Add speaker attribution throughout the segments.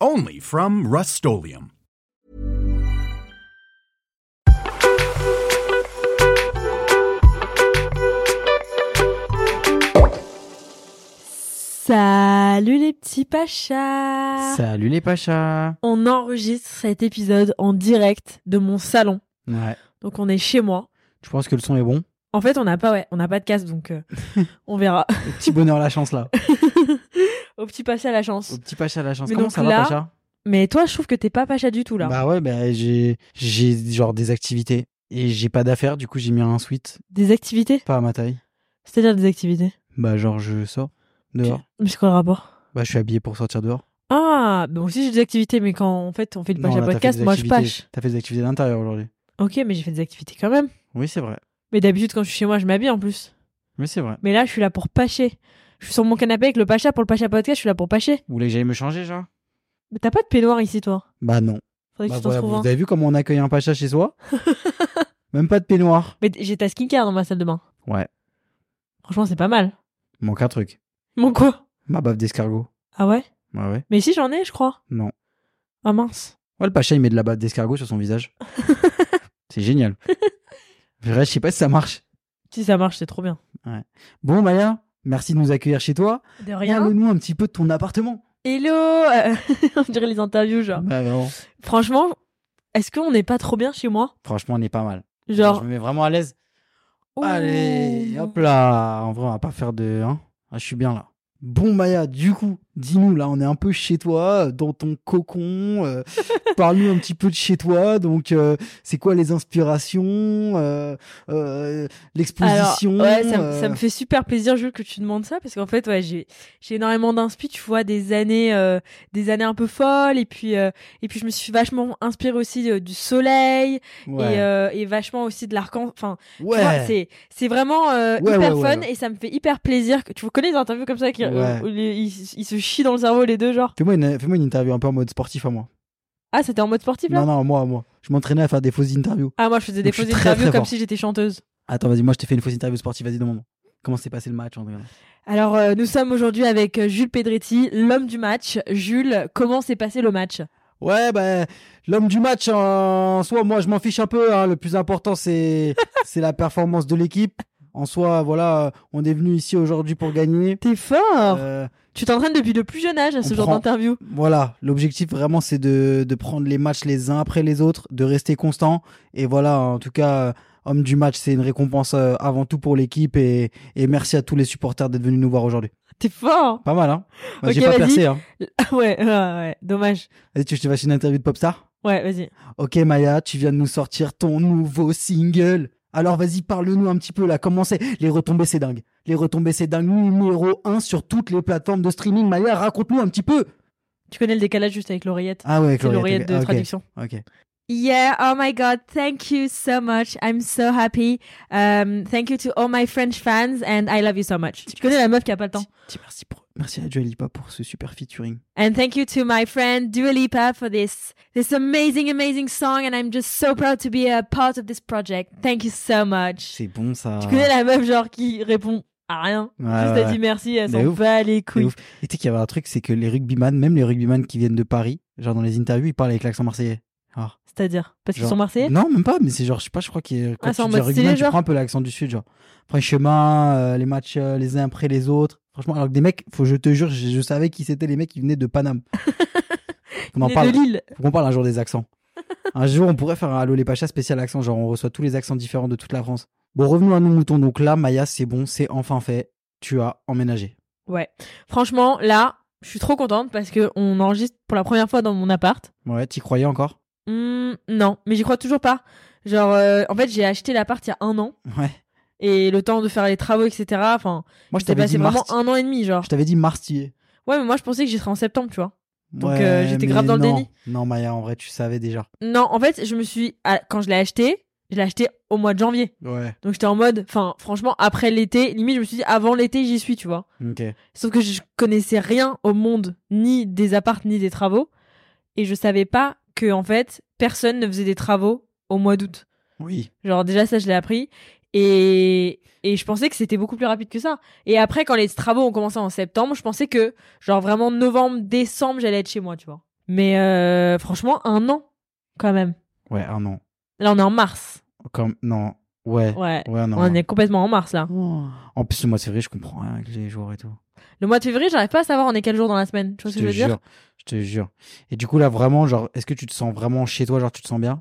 Speaker 1: Only from Rust
Speaker 2: Salut les petits pachas
Speaker 3: Salut les Pachas
Speaker 2: On enregistre cet épisode en direct de mon salon.
Speaker 3: Ouais,
Speaker 2: Donc on est chez moi.
Speaker 3: je pense que le son est bon.
Speaker 2: En fait, on n'a pas, ouais, on n'a pas de casque, donc euh, on verra.
Speaker 3: Au petit bonheur la chance là.
Speaker 2: Au petit pacha la chance.
Speaker 3: Au petit Pacha la chance.
Speaker 2: Mais
Speaker 3: Comment
Speaker 2: donc
Speaker 3: ça
Speaker 2: là,
Speaker 3: va Pacha
Speaker 2: Mais toi, je trouve que t'es pas pacha du tout là.
Speaker 3: Bah ouais, bah, j'ai j'ai genre des activités et j'ai pas d'affaires, du coup j'ai mis un suite,
Speaker 2: Des activités
Speaker 3: pas à ma taille.
Speaker 2: C'est-à-dire des activités.
Speaker 3: Bah genre je sors dehors.
Speaker 2: Mais c'est quoi le rapport
Speaker 3: Bah je suis habillé pour sortir dehors.
Speaker 2: Ah, donc si j'ai des activités, mais quand en fait on fait du pacha
Speaker 3: là, t'as fait
Speaker 2: podcast,
Speaker 3: des
Speaker 2: moi je
Speaker 3: activités-
Speaker 2: pache.
Speaker 3: T'as fait des activités d'intérieur aujourd'hui.
Speaker 2: Ok, mais j'ai fait des activités quand même.
Speaker 3: Oui, c'est vrai.
Speaker 2: Mais d'habitude, quand je suis chez moi, je m'habille en plus.
Speaker 3: Mais c'est vrai.
Speaker 2: Mais là, je suis là pour pacher. Je suis sur mon canapé avec le pacha pour le pacha podcast, je suis là pour pacher.
Speaker 3: Vous voulez que j'aille me changer genre
Speaker 2: Mais t'as pas de peignoir ici, toi
Speaker 3: Bah non.
Speaker 2: Faudrait que
Speaker 3: Bah,
Speaker 2: tu t'en
Speaker 3: voilà,
Speaker 2: trouves
Speaker 3: vous
Speaker 2: un.
Speaker 3: avez vu comment on accueille un Pacha chez soi Même pas de peignoir.
Speaker 2: Mais t- j'ai ta skincare dans ma salle de bain.
Speaker 3: Ouais,
Speaker 2: Franchement, c'est pas mal.
Speaker 3: manque un truc.
Speaker 2: Mon quoi
Speaker 3: Ma baffe d'escargot. Bah
Speaker 2: Ah ouais
Speaker 3: Ouais ouais.
Speaker 2: Mais si, j'en ai, je crois.
Speaker 3: Non.
Speaker 2: Ah mince.
Speaker 3: Ouais, le Pacha, il met de la bave d'escargot sur son visage. c'est génial. Vrai, je sais pas si ça marche.
Speaker 2: Si ça marche, c'est trop bien.
Speaker 3: Bon, Maya, merci de nous accueillir chez toi.
Speaker 2: De
Speaker 3: Parle-nous un petit peu de ton appartement.
Speaker 2: Hello euh, On dirait les interviews, genre.
Speaker 3: Bah, vraiment.
Speaker 2: Franchement, est-ce qu'on n'est pas trop bien chez moi
Speaker 3: Franchement, on est pas mal.
Speaker 2: Genre. oh.
Speaker 3: Je me mets vraiment à l'aise.
Speaker 2: ouh.
Speaker 3: Allez, hop là. En vrai, on va pas faire de. Hein ah, je suis bien là. Bon, Maya, du coup, dis-nous, là, on est un peu chez toi, euh, dans ton cocon. euh, Parle-nous un petit peu de chez toi. Donc, euh, c'est quoi les inspirations euh, euh,
Speaker 2: Alors,
Speaker 3: L'exposition
Speaker 2: ouais, ça, me- ça
Speaker 3: euh,
Speaker 2: me fait super plaisir, Jules, que tu demandes ça, parce qu'en fait, ouais, j'ai j'ai énormément d'inspi, tu vois, des années, euh, des années un peu folles, et puis, euh, et puis je me suis vachement inspirée aussi euh, du soleil,
Speaker 3: ouais.
Speaker 2: et, euh, et vachement aussi de l'arc-en, enfin, Tu
Speaker 3: Ouais.
Speaker 2: vois, c'est c'est vraiment euh,
Speaker 3: Ouais,
Speaker 2: hyper
Speaker 3: ouais, ouais,
Speaker 2: fun
Speaker 3: ouais.
Speaker 2: et ça me fait hyper plaisir que tu vous connais les interviews comme ça qui euh,
Speaker 3: Ouais.
Speaker 2: où les- ils, ils se chient dans le cerveau les deux genre
Speaker 3: Fais-moi une, fais-moi une interview un peu en mode sportif à moi.
Speaker 2: ah c'était en mode sportif là
Speaker 3: Non, non, moi, moi. Je m'entraînais à faire des fausses interviews.
Speaker 2: ah moi je faisais des
Speaker 3: Donc, je
Speaker 2: fausses
Speaker 3: suis très,
Speaker 2: interviews
Speaker 3: très
Speaker 2: comme
Speaker 3: fort.
Speaker 2: si j'étais chanteuse
Speaker 3: Attends, vas-y, moi, je t'ai fait une fausse interview sportive. Vas-y, demande-moi. Comment s'est passé le match André
Speaker 2: alors euh, nous sommes aujourd'hui avec euh, Jules Pedretti l'homme du match Jules comment s'est passé le match
Speaker 3: Ouais, bah, l'homme du match, en soi, moi, je m'en fiche un peu. hein. Le plus important, c'est c'est la performance de l'équipe. En soi, voilà, on est venu ici aujourd'hui pour gagner.
Speaker 2: t'es fort
Speaker 3: Euh,
Speaker 2: tu t'entraînes depuis le plus jeune âge à ce
Speaker 3: on
Speaker 2: genre
Speaker 3: prend-
Speaker 2: d'interview
Speaker 3: voilà, l'objectif vraiment c'est de, de prendre les matchs les uns après les autres, de rester constant. Et voilà, en tout cas, euh, homme du match, c'est une récompense euh, avant tout pour l'équipe. Et, et merci à tous les supporters d'être venus nous voir aujourd'hui.
Speaker 2: t'es fort
Speaker 3: Pas mal, hein Bah,
Speaker 2: Ok,
Speaker 3: J'ai pas
Speaker 2: vas-y.
Speaker 3: percé, hein
Speaker 2: ouais ouais ouais dommage
Speaker 3: Vas-y, tu veux que je te fasse une interview de Popstar
Speaker 2: ouais vas-y
Speaker 3: Ok, Maya, tu viens de nous sortir ton nouveau single. Alors, vas-y, parle-nous un petit peu, là, comment c'est Les retombées, c'est dingue. Les retombées, c'est dingue. Numéro 1 sur toutes les plateformes de streaming. Maya, raconte-nous un petit peu
Speaker 2: tu connais le décalage juste avec l'oreillette
Speaker 3: Ah ouais, avec
Speaker 2: c'est l'oreillette
Speaker 3: ok,
Speaker 2: de
Speaker 3: ok,
Speaker 2: traduction
Speaker 3: ok.
Speaker 2: Yeah, oh my god, thank you so much. I'm so happy. Um, thank you to all my French fans and I love you so much. Tu connais la meuf qui a pas le temps.
Speaker 3: Dis- dis merci, pour- merci à Dua Lipa pour ce super featuring.
Speaker 2: And thank you to my friend Dua Lipa for this this amazing amazing song and I'm just so proud to be a part of this project. Thank you so much.
Speaker 3: C'est bon, ça.
Speaker 2: Tu connais la meuf genre qui répond à rien.
Speaker 3: Ouais,
Speaker 2: Juste
Speaker 3: ouais,
Speaker 2: elle dit merci, elle
Speaker 3: De
Speaker 2: s'en
Speaker 3: ouf.
Speaker 2: bat les
Speaker 3: C'est
Speaker 2: couilles.
Speaker 3: ouf. Et tu sais qu'il y avait un truc, c'est que les rugbyman, même les rugbyman qui viennent de Paris, genre dans les interviews, ils parlent avec l'accent marseillais. Ah.
Speaker 2: C'est-à-dire parce qu'ils
Speaker 3: Genre-
Speaker 2: sont marseillais
Speaker 3: Non, même pas, mais c'est genre, je sais pas, je crois qu'il quand
Speaker 2: Ah, c'est
Speaker 3: tu
Speaker 2: en
Speaker 3: dis
Speaker 2: mode
Speaker 3: rugbyman,
Speaker 2: stylé,
Speaker 3: tu
Speaker 2: genre
Speaker 3: prends un peu l'accent du sud, genre. Prends le chemin, euh, les matchs euh, les uns après les autres. Franchement, alors que des mecs, faut, je te jure, je, je savais qui c'était les mecs qui venaient de Paname. on en
Speaker 2: Né
Speaker 3: parle,
Speaker 2: de Lille.
Speaker 3: faut qu'on parle un jour des accents. un jour, on pourrait faire un Allo les Pachas spécial accent, genre on reçoit tous les accents différents de toute la France. Bon, revenons à nos moutons. Donc là, Maya, c'est bon, c'est enfin fait. Tu as emménagé.
Speaker 2: Ouais. Franchement, là, je suis trop contente parce que on enregistre pour la première fois dans mon appart.
Speaker 3: Ouais, t'y croyais encore
Speaker 2: Hmm, non, mais j'y crois toujours pas. Genre, euh, en fait, j'ai acheté l'appart il y a un an
Speaker 3: Ouais.
Speaker 2: et le temps de faire les travaux, etc. Enfin,
Speaker 3: Moi, je
Speaker 2: c'est
Speaker 3: t'avais
Speaker 2: passé
Speaker 3: dit mars.
Speaker 2: vraiment un an et demi, genre.
Speaker 3: Je t'avais dit mars, t'y es.
Speaker 2: Ouais, mais moi, je pensais que j'y serais en septembre, tu vois. Donc, euh,
Speaker 3: Ouais,
Speaker 2: j'étais grave
Speaker 3: mais
Speaker 2: dans le
Speaker 3: non.
Speaker 2: déni.
Speaker 3: Non, Maya, en vrai, tu savais déjà.
Speaker 2: Non, en fait, je me suis à- quand je l'ai acheté, je l'ai acheté au mois de janvier.
Speaker 3: Ouais.
Speaker 2: Donc j'étais en mode, enfin, franchement, après l'été, limite, je me suis dit avant l'été, j'y suis, tu vois.
Speaker 3: Ok.
Speaker 2: Sauf que je connaissais rien au monde, ni des apparts, ni des travaux, et je savais pas que en fait, personne ne faisait des travaux au mois d'août.
Speaker 3: Oui.
Speaker 2: Genre déjà ça je l'ai appris et et je pensais que c'était beaucoup plus rapide que ça. Et après quand les travaux ont commencé en septembre, je pensais que genre vraiment novembre décembre j'allais être chez moi, tu vois. Mais euh, franchement un an quand même.
Speaker 3: Ouais, ah non.
Speaker 2: Là on est en mars.
Speaker 3: Comme... Non. Ouais.
Speaker 2: Ouais.
Speaker 3: Ouais, non.
Speaker 2: On est complètement en mars là.
Speaker 3: Oh. En plus, le mois de février, je comprends rien avec les jours et tout.
Speaker 2: Le mois de février, j'arrive pas à savoir on est quel jour dans la semaine, tu vois ce
Speaker 3: je
Speaker 2: que
Speaker 3: te
Speaker 2: je veux
Speaker 3: jure.
Speaker 2: dire
Speaker 3: Je te jure. Et du coup, là, vraiment, genre, est-ce que tu te sens vraiment chez toi Genre, tu te sens bien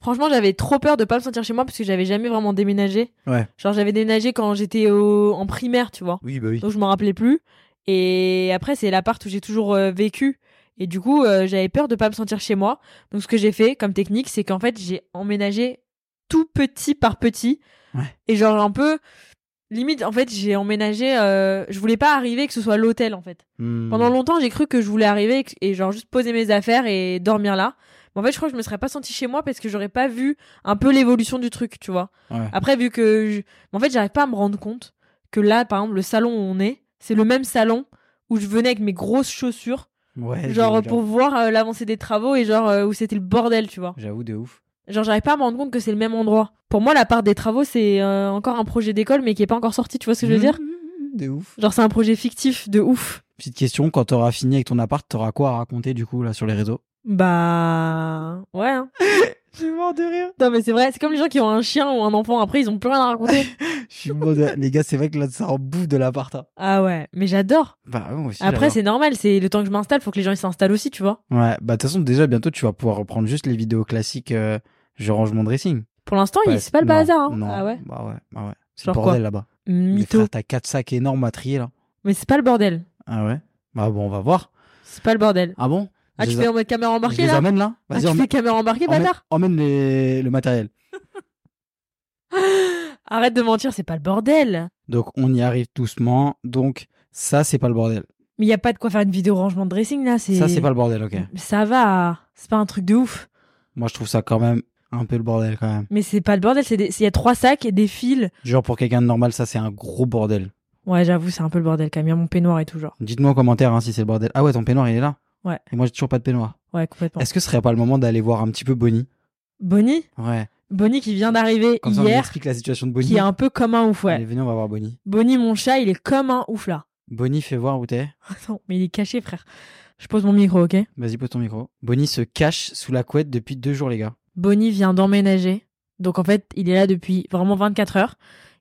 Speaker 2: Franchement, j'avais trop peur de pas me sentir chez moi parce que j'avais jamais vraiment déménagé.
Speaker 3: Ouais.
Speaker 2: Genre j'avais déménagé quand j'étais au... en primaire, tu vois.
Speaker 3: Oui, bah oui.
Speaker 2: Donc je m'en rappelais plus. Et après, c'est l'appart où j'ai toujours euh, vécu. Et du coup, euh, j'avais peur de pas me sentir chez moi. Donc ce que j'ai fait comme technique, c'est qu'en fait, j'ai emménagé tout petit par petit.
Speaker 3: Ouais.
Speaker 2: Et genre un peu limite en fait, j'ai emménagé euh, je voulais pas arriver que ce soit l'hôtel en fait.
Speaker 3: Mmh. Hmm.
Speaker 2: Pendant longtemps, j'ai cru que je voulais arriver et que- et genre juste poser mes affaires et dormir là. Mais en fait, je crois que je me serais pas sentie chez moi parce que j'aurais pas vu un peu l'évolution du truc, tu vois.
Speaker 3: Ouais.
Speaker 2: Après, vu que. je- mais En fait, j'arrive pas à me rendre compte que là, par exemple, le salon où on est, c'est le même salon où je venais avec mes grosses chaussures,
Speaker 3: Ouais,
Speaker 2: genre
Speaker 3: j'avoue,
Speaker 2: pour voir euh, l'avancée des travaux et genre euh, où c'était le bordel, tu vois.
Speaker 3: J'avoue, de ouf.
Speaker 2: Genre, j'arrive pas à me rendre compte que c'est le même endroit. Pour moi, la part des travaux, c'est euh, encore un projet d'école, mais qui est pas encore sorti, tu vois ce que je veux dire
Speaker 3: Mmh, De ouf.
Speaker 2: Genre, c'est un projet fictif de ouf.
Speaker 3: Petite question, quand t'auras fini avec ton appart, t'auras quoi à raconter du coup là sur les réseaux
Speaker 2: Bah. Ouais. hein.
Speaker 3: Je suis mort de rire.
Speaker 2: Non, mais c'est vrai, c'est comme les gens qui ont un chien ou un enfant, après, ils ont plus rien à raconter.
Speaker 3: Je suis mort de... Les gars, c'est vrai que là, ça en bouffe de l'appart. hein.
Speaker 2: ah ouais, mais j'adore.
Speaker 3: Bah, moi aussi.
Speaker 2: Après,
Speaker 3: j'adore.
Speaker 2: c'est normal, c'est le temps que je m'installe, faut que les gens ils s'installent aussi, tu vois.
Speaker 3: Ouais, bah de toute façon, déjà, bientôt, tu vas pouvoir reprendre juste les vidéos classiques. euh, Je range mon dressing.
Speaker 2: Pour l'instant, il-
Speaker 3: Ouais,
Speaker 2: c'est pas le
Speaker 3: non,
Speaker 2: bazar. Hein.
Speaker 3: non,
Speaker 2: Ah ouais.
Speaker 3: Bah ouais, bah ouais. C'est le
Speaker 2: Genre
Speaker 3: bordel là-bas. Mais
Speaker 2: Mytho.
Speaker 3: frère, T'as quatre sacs énormes à trier là.
Speaker 2: Mais c'est pas le bordel.
Speaker 3: Ah ouais Bah bon, on va voir.
Speaker 2: C'est pas le bordel.
Speaker 3: Ah bon
Speaker 2: Ah,
Speaker 3: Je
Speaker 2: tu
Speaker 3: les
Speaker 2: fais
Speaker 3: a-
Speaker 2: en mode caméra
Speaker 3: je
Speaker 2: embarquée
Speaker 3: les
Speaker 2: là
Speaker 3: amène là
Speaker 2: Ah,
Speaker 3: Vas-y,
Speaker 2: tu
Speaker 3: emmène,
Speaker 2: fais caméra embarquée,
Speaker 3: emmène-
Speaker 2: bâtard
Speaker 3: emmène les- le matériel.
Speaker 2: Arrête de mentir, c'est pas le bordel.
Speaker 3: Donc, on y arrive doucement. Donc, ça, c'est pas le bordel.
Speaker 2: Mais y a pas de quoi faire une vidéo rangement de dressing là. c'est
Speaker 3: Ça, c'est pas le bordel, ok.
Speaker 2: Mais Ça va. C'est pas un truc de ouf.
Speaker 3: Moi, je trouve ça quand même un peu le bordel quand même.
Speaker 2: Mais c'est pas le bordel. C'est des... c'est- y a trois sacs et des fils.
Speaker 3: Genre, pour quelqu'un de normal, ça, c'est un gros bordel.
Speaker 2: Ouais, j'avoue, c'est un peu le bordel quand même. Y a mon peignoir et tout genre.
Speaker 3: Dites-moi en commentaire hein, si c'est le bordel. Ah ouais, ton peignoir, il est là
Speaker 2: Ouais.
Speaker 3: Et moi, j'ai toujours pas de peignoir.
Speaker 2: Ouais, complètement.
Speaker 3: Est-ce que ce serait pas le moment d'aller voir un petit peu Bonnie
Speaker 2: Bonnie,
Speaker 3: Ouais.
Speaker 2: Bonnie qui vient d'arriver
Speaker 3: Comme ça, on lui
Speaker 2: hier,
Speaker 3: explique la situation de Bonnie.
Speaker 2: qui est un peu comme un ouf. Ouais.
Speaker 3: Allez, venez, on va voir Bonnie.
Speaker 2: Bonnie, mon chat, il est comme un ouf là.
Speaker 3: Bonnie, fais voir où t'es.
Speaker 2: Attends, mais il est caché, frère. Je pose mon micro, ok
Speaker 3: Vas-y, pose ton micro. Bonnie se cache sous la couette depuis deux jours, les gars.
Speaker 2: Bonnie vient d'emménager. Donc en fait, il est là depuis vraiment 24 heures.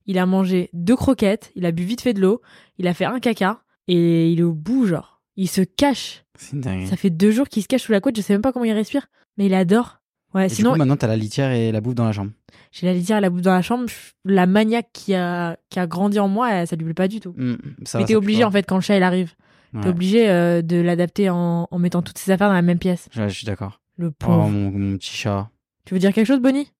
Speaker 2: Il a mangé deux croquettes, il a bu vite fait de l'eau, il a fait un caca et il est au bout, genre. Il se cache.
Speaker 3: C'est dingue.
Speaker 2: Ça fait deux jours qu'il se cache sous la couette, je sais même pas comment il respire, mais il adore. Ouais, sinon,
Speaker 3: Du coup, maintenant, t'as la litière et la bouffe dans la chambre.
Speaker 2: j'ai la litière à la bouffe dans la chambre. pff, La maniaque qui a, qui a grandi en moi, elle, ça lui plaît pas du tout.
Speaker 3: Mm, ça
Speaker 2: mais
Speaker 3: va,
Speaker 2: t'es
Speaker 3: ça
Speaker 2: obligé,
Speaker 3: pue
Speaker 2: en fait, quand le chat il arrive,
Speaker 3: pas.
Speaker 2: t'es
Speaker 3: Ouais.
Speaker 2: obligé euh, de l'adapter en, en mettant toutes ses affaires dans la même pièce.
Speaker 3: Ouais, je suis d'accord.
Speaker 2: Le
Speaker 3: Oh,
Speaker 2: pauvre.
Speaker 3: mon, mon petit chat.
Speaker 2: Tu veux dire quelque chose, Bonnie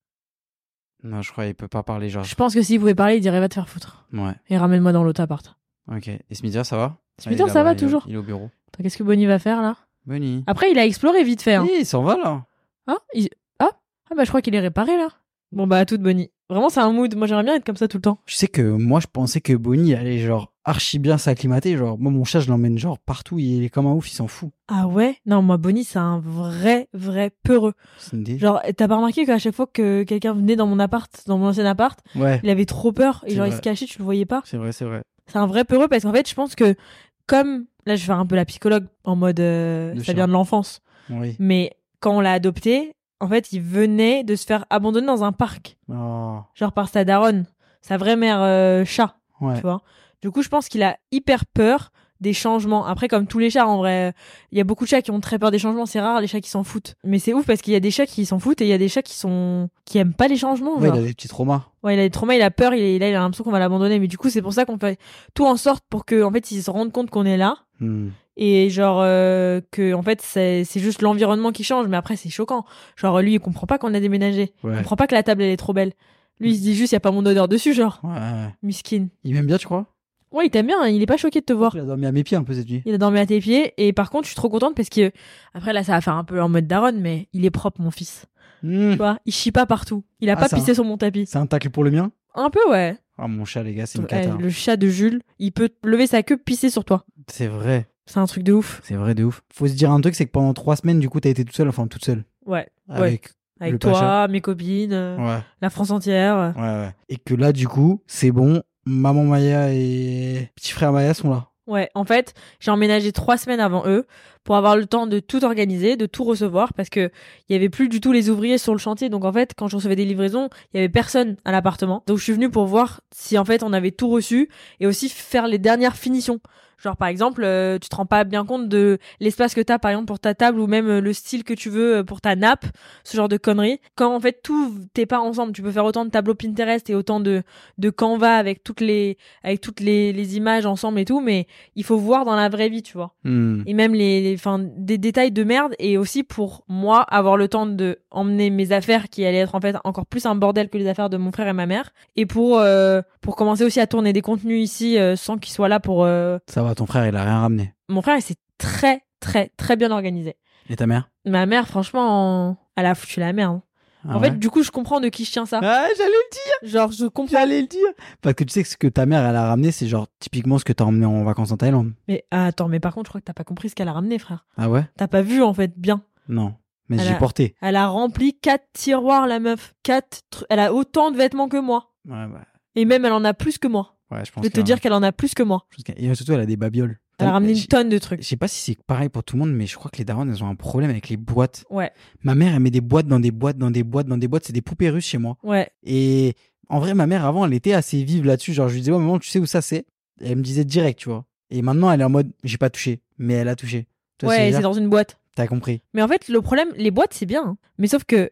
Speaker 3: Non, je crois qu'il peut pas parler, genre.
Speaker 2: Je pense que s'il pouvait parler, il dirait va te faire foutre.
Speaker 3: Ouais,
Speaker 2: Et ramène-moi dans l'autre appart.
Speaker 3: ok. Et Smither, ça va
Speaker 2: Smither,
Speaker 3: Ah, il est
Speaker 2: ça
Speaker 3: là-bas,
Speaker 2: va
Speaker 3: il est-
Speaker 2: toujours.
Speaker 3: Il est au bureau.
Speaker 2: Attends, Qu'est-ce que Bonnie va faire là
Speaker 3: Bonnie.
Speaker 2: Après, il a exploré vite fait. Hein.
Speaker 3: Eh, il s'en va là.
Speaker 2: Hein Il- ah, ah bah je crois qu'il est réparé là. Bon bah à toute Bonnie. Vraiment c'est un mood. Moi j'aimerais bien être comme ça tout le temps.
Speaker 3: Je sais que moi, je pensais que Bonnie allait genre archi bien s'acclimater. Genre, moi, mon chat, je l'emmène genre partout. Il est comme un ouf, il s'en fout.
Speaker 2: Ah ouais Non moi Bonnie c'est un vrai vrai peureux.
Speaker 3: C'est une dé-
Speaker 2: Genre t'as pas remarqué qu'à chaque fois que quelqu'un venait dans mon appart, dans mon ancien appart,
Speaker 3: Ouais,
Speaker 2: il avait trop peur et
Speaker 3: C'est
Speaker 2: genre il
Speaker 3: vrai.
Speaker 2: se cachait, tu le voyais pas.
Speaker 3: c'est vrai, c'est vrai.
Speaker 2: C'est un vrai peureux parce qu'en fait je pense que comme là je vais faire un peu la psychologue en mode euh,
Speaker 3: Le
Speaker 2: ça
Speaker 3: chat.
Speaker 2: vient de l'enfance,
Speaker 3: Oui.
Speaker 2: mais quand on l'a adopté, en fait il venait de se faire abandonner dans un parc,
Speaker 3: Oh,
Speaker 2: genre par sa daronne, sa vraie mère euh, chat.
Speaker 3: ouais.
Speaker 2: tu vois. Du coup, je pense qu'il a hyper peur des changements. Après, comme tous les chats, en vrai, il y a beaucoup de chats qui ont très peur des changements. C'est rare les chats qui s'en foutent. Mais c'est ouf parce qu'il y a des chats qui s'en foutent et il y a des chats qui sont qui aiment pas les changements.
Speaker 3: Ouais,
Speaker 2: genre.
Speaker 3: il a des petits traumas.
Speaker 2: Ouais, il a des traumas, il a peur, il, est- là, il a l'impression qu'on va l'abandonner. Mais du coup, c'est pour ça qu'on fait tout en sorte pour que, en fait, ils se rendent compte qu'on est là
Speaker 3: Hmm.
Speaker 2: et genre euh, que en fait c'est c'est juste l'environnement qui change mais après c'est choquant genre lui il comprend pas qu'on a déménagé
Speaker 3: Ouais.
Speaker 2: il comprend pas que la table elle est trop belle lui il se dit juste y a pas mon odeur dessus genre
Speaker 3: Ouais, ouais.
Speaker 2: miskin
Speaker 3: Il m'aime bien, tu crois
Speaker 2: Ouais, il t'aime bien, hein, il est pas choqué de te voir.
Speaker 3: Il a dormi à mes pieds un peu cette nuit.
Speaker 2: Il a dormi à tes pieds et par contre, je suis trop contente parce que après là ça va faire un peu en mode daronne mais il est propre mon fils.
Speaker 3: Mmh.
Speaker 2: Tu vois, il chie pas partout. Il a
Speaker 3: Ah,
Speaker 2: pas
Speaker 3: ça.
Speaker 2: pissé sur mon tapis.
Speaker 3: C'est un tacle pour le mien
Speaker 2: Un peu ouais.
Speaker 3: Ah mon chat les gars, c'est une
Speaker 2: Ouais,
Speaker 3: cata. hein.
Speaker 2: le chat de Jules, il peut lever sa queue pisser sur toi.
Speaker 3: C'est vrai,
Speaker 2: C'est un truc de ouf.
Speaker 3: c'est vrai de ouf. Faut se dire un truc, c'est que pendant trois semaines, du coup, t'as été toute seule, enfin toute seule.
Speaker 2: Ouais.
Speaker 3: Avec.
Speaker 2: Avec
Speaker 3: Le
Speaker 2: toi,
Speaker 3: Pacha.
Speaker 2: mes copines, euh,
Speaker 3: Ouais.
Speaker 2: la France entière.
Speaker 3: Ouais, ouais. Et que là, du coup, c'est bon. Maman Maya et petit frère Maya sont là.
Speaker 2: Ouais, en fait, j'ai emménagé trois semaines avant eux pour avoir le temps de tout organiser, de tout recevoir, parce que il y avait plus du tout les ouvriers sur le chantier. Donc en fait, quand je recevais des livraisons, il y avait personne à l'appartement. Donc je suis venue pour voir si en fait on avait tout reçu et aussi faire les dernières finitions. Genre par exemple, euh, tu te rends pas bien compte de l'espace que t'as par exemple pour ta table ou même euh, le style que tu veux euh, pour ta nappe, ce genre de conneries. Quand en fait tout t'es pas ensemble, tu peux faire autant de tableaux Pinterest et autant de de Canva avec toutes les avec toutes les, les images ensemble et tout, mais il faut voir dans la vraie vie, tu vois
Speaker 3: Hmm.
Speaker 2: et même les, les- enfin, des détails de merde et aussi pour moi avoir le temps de emmener mes affaires qui allaient être en fait encore plus un bordel que les affaires de mon frère et ma mère et pour euh, pour commencer aussi à tourner des contenus ici euh, sans qu'ils soient là pour euh,
Speaker 3: Ça va, ton frère, il a rien ramené.
Speaker 2: mon frère il s'est très très très bien organisé
Speaker 3: Et ta mère
Speaker 2: ma mère franchement en- elle a foutu la merde hein.
Speaker 3: Ah
Speaker 2: en
Speaker 3: ouais
Speaker 2: fait du coup je comprends de qui je tiens ça
Speaker 3: Ah, j'allais le dire,
Speaker 2: genre je comprends
Speaker 3: j'allais le dire. Parce que tu sais que ce que ta mère, elle a ramené, c'est genre typiquement ce que t'as emmené en vacances en Thaïlande.
Speaker 2: mais ah, attends mais par contre je crois que t'as pas compris ce qu'elle a ramené frère
Speaker 3: Ah ouais
Speaker 2: t'as pas vu en fait bien
Speaker 3: Non. Mais
Speaker 2: Elle
Speaker 3: j'ai
Speaker 2: a-
Speaker 3: porté.
Speaker 2: elle a rempli quatre tiroirs la meuf quatre tru- elle a autant de vêtements que moi
Speaker 3: Ouais, bah,
Speaker 2: Et même, elle en a plus que moi.
Speaker 3: ouais, je pense
Speaker 2: Je vais te dire qu'elle en a plus que moi.
Speaker 3: Je pense qu'elle- Et surtout, elle a des babioles.
Speaker 2: Elle a ramené
Speaker 3: Je-
Speaker 2: une tonne de
Speaker 3: Je
Speaker 2: trucs.
Speaker 3: sais pas si c'est pareil pour tout le monde, mais je crois que les darons, elles ont un problème avec les boîtes.
Speaker 2: Ouais,
Speaker 3: Ma mère, elle met des boîtes dans des boîtes, dans des boîtes, dans des boîtes. C'est des poupées russes chez moi.
Speaker 2: ouais,
Speaker 3: Et en vrai, ma mère, avant, elle était assez vive là-dessus. Genre, je lui disais, ouais, maman, tu sais où ça c'est Elle me disait direct, tu vois. Et maintenant, elle est en mode, j'ai pas touché, mais elle a touché. Tu vois ce que je
Speaker 2: ouais,
Speaker 3: veux
Speaker 2: c'est
Speaker 3: dire
Speaker 2: dans une boîte.
Speaker 3: T'as compris.
Speaker 2: Mais en fait, le problème, les boîtes, c'est bien. hein. Mais sauf que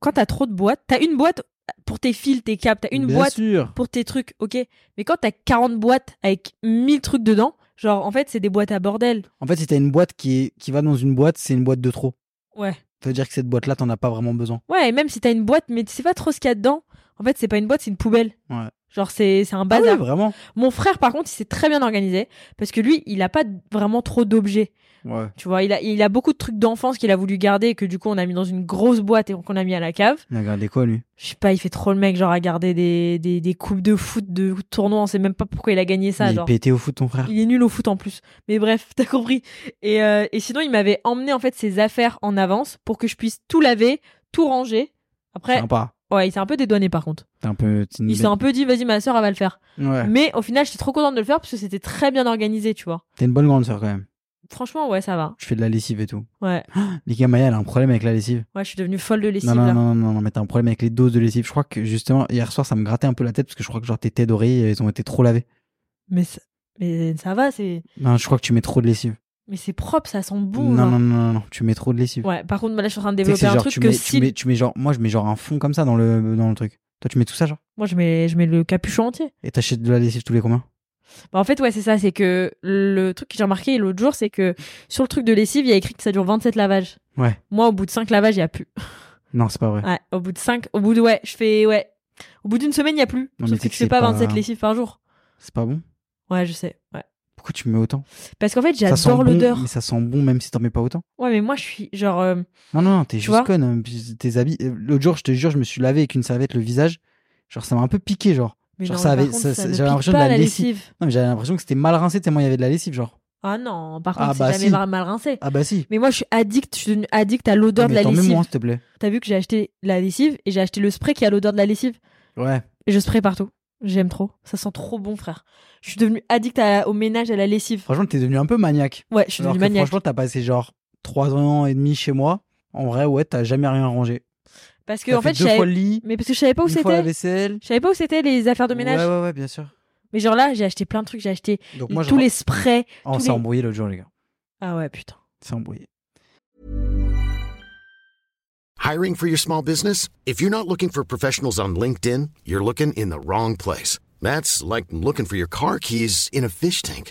Speaker 2: quand t'as trop de boîtes, t'as une boîte pour tes fils, tes câbles, t'as une
Speaker 3: Bien
Speaker 2: boîte
Speaker 3: sûr.
Speaker 2: pour tes trucs, ok. Mais quand t'as 40 boîtes avec 1000 trucs dedans, genre, en fait, c'est des boîtes à bordel.
Speaker 3: En fait, si t'as une boîte qui, est- qui va dans une boîte, c'est une boîte de trop.
Speaker 2: Ouais.
Speaker 3: Ça veut dire que cette boîte-là, t'en as pas vraiment besoin.
Speaker 2: Ouais, et même si t'as une boîte, mais tu sais pas trop ce qu'il y a dedans, en fait, c'est pas une boîte, c'est une poubelle.
Speaker 3: Ouais.
Speaker 2: Genre, c'est c'est un
Speaker 3: Ah
Speaker 2: bazar.
Speaker 3: ouais, vraiment
Speaker 2: Mon frère, par contre, il s'est très bien organisé parce que lui, il a pas vraiment trop d'objets.
Speaker 3: Ouais.
Speaker 2: Tu vois, il a, il a beaucoup de trucs d'enfance qu'il a voulu garder et que du coup on a mis dans une grosse boîte et qu'on a mis à la cave.
Speaker 3: Il a gardé quoi, lui
Speaker 2: Je sais pas, il fait trop le mec, genre à garder des, des, des coupes de foot, de tournois, on sait même pas pourquoi il a gagné ça.
Speaker 3: Il
Speaker 2: genre.
Speaker 3: pétait au foot, ton frère.
Speaker 2: Il est nul au foot en plus. Mais bref, t'as compris. Et, euh, et sinon, il m'avait emmené en fait ses affaires en avance pour que je puisse tout laver, tout ranger. Après,
Speaker 3: Sympa.
Speaker 2: ouais, il s'est un peu dédouané par contre.
Speaker 3: T'es un peu. t'es une
Speaker 2: Il s'est un peu dit, vas-y, ma soeur, elle va le faire.
Speaker 3: bête. Ouais.
Speaker 2: Mais au final, j'étais trop contente de le faire parce que c'était très bien organisé, tu vois.
Speaker 3: T'es une bonne grande sœur, quand même.
Speaker 2: Franchement, ouais, ça va.
Speaker 3: Je fais de la lessive et tout.
Speaker 2: Ouais,
Speaker 3: Les gars, Maya, elle a un problème avec la lessive.
Speaker 2: ouais, je suis devenue folle de lessive.
Speaker 3: Non,
Speaker 2: là.
Speaker 3: non, non, non, non, mais t'as un problème avec les doses de lessive. Je crois que justement, hier soir, ça me grattait un peu la tête parce que je crois que genre tes têtes d'oreilles, elles ont été trop lavées.
Speaker 2: Mais, ça- mais ça va, c'est.
Speaker 3: Non, je crois que tu mets trop de lessive.
Speaker 2: Mais c'est propre, ça sent bon.
Speaker 3: non,
Speaker 2: hein.
Speaker 3: non, non, non, non, tu mets trop de lessive.
Speaker 2: Ouais, par contre, là, je suis en train de
Speaker 3: Tu sais que
Speaker 2: développer
Speaker 3: c'est
Speaker 2: un
Speaker 3: genre,
Speaker 2: truc
Speaker 3: tu
Speaker 2: que
Speaker 3: mets,
Speaker 2: si.
Speaker 3: tu, mets, tu mets genre, moi je mets genre un fond comme ça dans le, dans le truc. Toi, tu mets tout ça, genre
Speaker 2: Moi, je mets, je mets le capuchon entier.
Speaker 3: Et t'achètes de la lessive tous les combien
Speaker 2: Bah, en fait, ouais, c'est ça. C'est que le truc que j'ai remarqué l'autre jour, c'est que sur le truc de lessive, il y a écrit que ça dure 27 lavages.
Speaker 3: Ouais.
Speaker 2: Moi, au bout de 5 lavages, il n'y a plus.
Speaker 3: Non, c'est pas vrai.
Speaker 2: Ouais, au bout de 5, au bout de. Ouais, je fais. Ouais. Au bout d'une semaine, il n'y a plus.
Speaker 3: Non, mais
Speaker 2: Sauf
Speaker 3: c'est
Speaker 2: que
Speaker 3: que
Speaker 2: tu fais
Speaker 3: c'est
Speaker 2: pas
Speaker 3: pas-
Speaker 2: 27 lessives par jour.
Speaker 3: C'est pas bon
Speaker 2: Ouais, je sais. Ouais.
Speaker 3: Pourquoi tu mets autant
Speaker 2: Parce qu'en fait,
Speaker 3: Ça sent
Speaker 2: j'adore
Speaker 3: bon,
Speaker 2: l'odeur.
Speaker 3: Mais ça sent bon même si t'en mets pas autant.
Speaker 2: Ouais, mais moi, je suis genre. euh,
Speaker 3: Non, non, non, t'es
Speaker 2: Tu
Speaker 3: juste
Speaker 2: vois
Speaker 3: conne. hein. Puis Tes habits. euh, L'autre jour, je te jure, je me suis lavé avec une serviette le visage. Genre, ça m'a un peu piqué, genre.
Speaker 2: Mais
Speaker 3: Genre,
Speaker 2: non,
Speaker 3: ça
Speaker 2: mais par
Speaker 3: avait-
Speaker 2: contre,
Speaker 3: ça-
Speaker 2: ça
Speaker 3: ça-
Speaker 2: ne
Speaker 3: j'avais
Speaker 2: pique
Speaker 3: l'impression de
Speaker 2: pas,
Speaker 3: la
Speaker 2: la
Speaker 3: lessive.
Speaker 2: lessive.
Speaker 3: Non, mais j'avais l'impression que c'était mal rincé tellement il y avait de la lessive, genre.
Speaker 2: Ah non, par
Speaker 3: Ah,
Speaker 2: contre,
Speaker 3: bah,
Speaker 2: c'est
Speaker 3: si.
Speaker 2: jamais mal rincé.
Speaker 3: Ah bah si.
Speaker 2: Mais moi, je suis addict. Je suis devenue addict à l'odeur de
Speaker 3: Ah, Mais
Speaker 2: la
Speaker 3: t'en mets
Speaker 2: lessive.
Speaker 3: moins, s'il te plaît.
Speaker 2: T'as vu que j'ai acheté la lessive et j'ai acheté le spray qui a l'odeur de la lessive.
Speaker 3: Ouais.
Speaker 2: Et je spray partout. J'aime trop. Ça sent trop bon, frère. Je suis devenue addict à- au ménage, à la lessive.
Speaker 3: Franchement, t'es devenu un peu maniaque.
Speaker 2: Ouais, je suis
Speaker 3: Alors
Speaker 2: devenue
Speaker 3: que
Speaker 2: maniaque.
Speaker 3: franchement, t'as passé genre 3 ans et demi chez moi. En vrai, ouais, t'as jamais rien rangé.
Speaker 2: Parce que,
Speaker 3: T'as
Speaker 2: en fait, je
Speaker 3: deux fois
Speaker 2: savais...
Speaker 3: le lit,
Speaker 2: Mais parce que je savais pas où
Speaker 3: une fois la
Speaker 2: c'était.
Speaker 3: vaisselle.
Speaker 2: Je savais pas où c'était les affaires de ménage.
Speaker 3: Ouais, ouais, ouais, bien sûr.
Speaker 2: Mais genre là, j'ai aché plein de trucs. J'ai acheté
Speaker 3: Donc moi, je...
Speaker 2: tous les sprays.
Speaker 3: Oh, on
Speaker 2: tous
Speaker 3: s'est
Speaker 2: les-
Speaker 3: embrouillé l'autre jour, les gars.
Speaker 2: Ah ouais, putain.
Speaker 3: C'est embrouillé.
Speaker 4: Hiring for your small business? If you're not looking for professionals on LinkedIn, you're looking in the wrong place. That's like looking for your car keys in a fish tank.